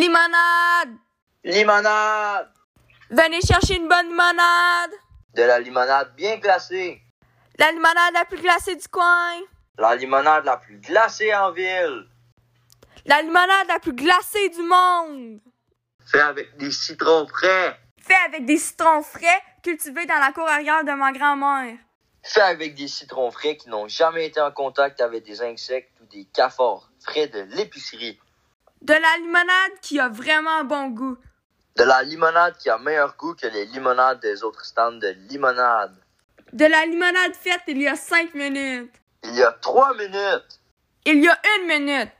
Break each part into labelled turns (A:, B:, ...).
A: Limonade
B: Limonade
A: Venez chercher une bonne limonade
B: De la limonade bien glacée.
A: La limonade la plus glacée du coin
B: La limonade la plus glacée en ville.
A: La limonade la plus glacée du monde
B: Fait avec des citrons frais.
A: Fait avec des citrons frais cultivés dans la cour arrière de ma grand-mère.
B: Fait avec des citrons frais qui n'ont jamais été en contact avec des insectes ou des cafards. Frais de l'épicerie.
A: De la limonade qui a vraiment bon goût.
B: De la limonade qui a meilleur goût que les limonades des autres stands de limonade.
A: De la limonade faite il y a cinq minutes.
B: Il y a trois minutes.
A: Il y a une minute.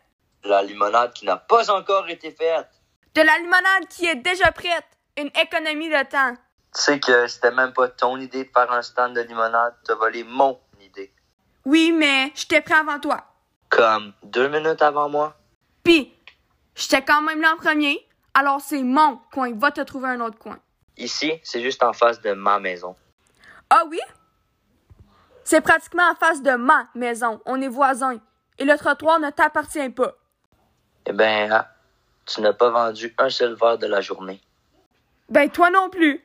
B: De la limonade qui n'a pas encore été faite.
A: De la limonade qui est déjà prête. Une économie de temps.
B: Tu sais que c'était même pas ton idée de faire un stand de limonade. T'as volé mon idée.
A: Oui, mais j'étais prêt avant toi.
B: Comme deux minutes avant moi.
A: Pis, j'étais quand même là en premier. Alors c'est mon coin. Va te trouver un autre coin.
B: Ici, c'est juste en face de ma maison.
A: Ah oui? C'est pratiquement en face de ma maison. On est voisins. Et le trottoir ne t'appartient pas.
B: Eh ben, ah, tu n'as pas vendu un seul verre de la journée.
A: Ben, toi non plus.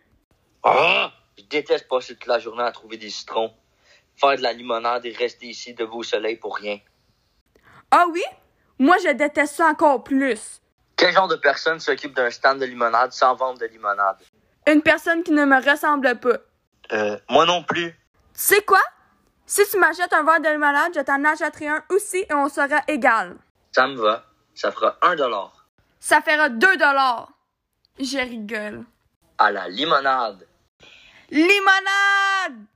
B: Ah! Je déteste passer toute la journée à trouver des citrons, faire de la limonade et rester ici debout au soleil pour rien.
A: Ah oui? Moi, je déteste ça encore plus.
B: Quel genre de personne s'occupe d'un stand de limonade sans vendre de limonade?
A: Une personne qui ne me ressemble pas.
B: Euh, moi non plus.
A: Tu sais quoi? Si tu m'achètes un verre de limonade, je t'en achèterai un aussi et on sera égal.
B: Ça me va. Ça fera un dollar.
A: Ça fera 2 dollars. Je rigole.
B: À la limonade.
A: Limonade!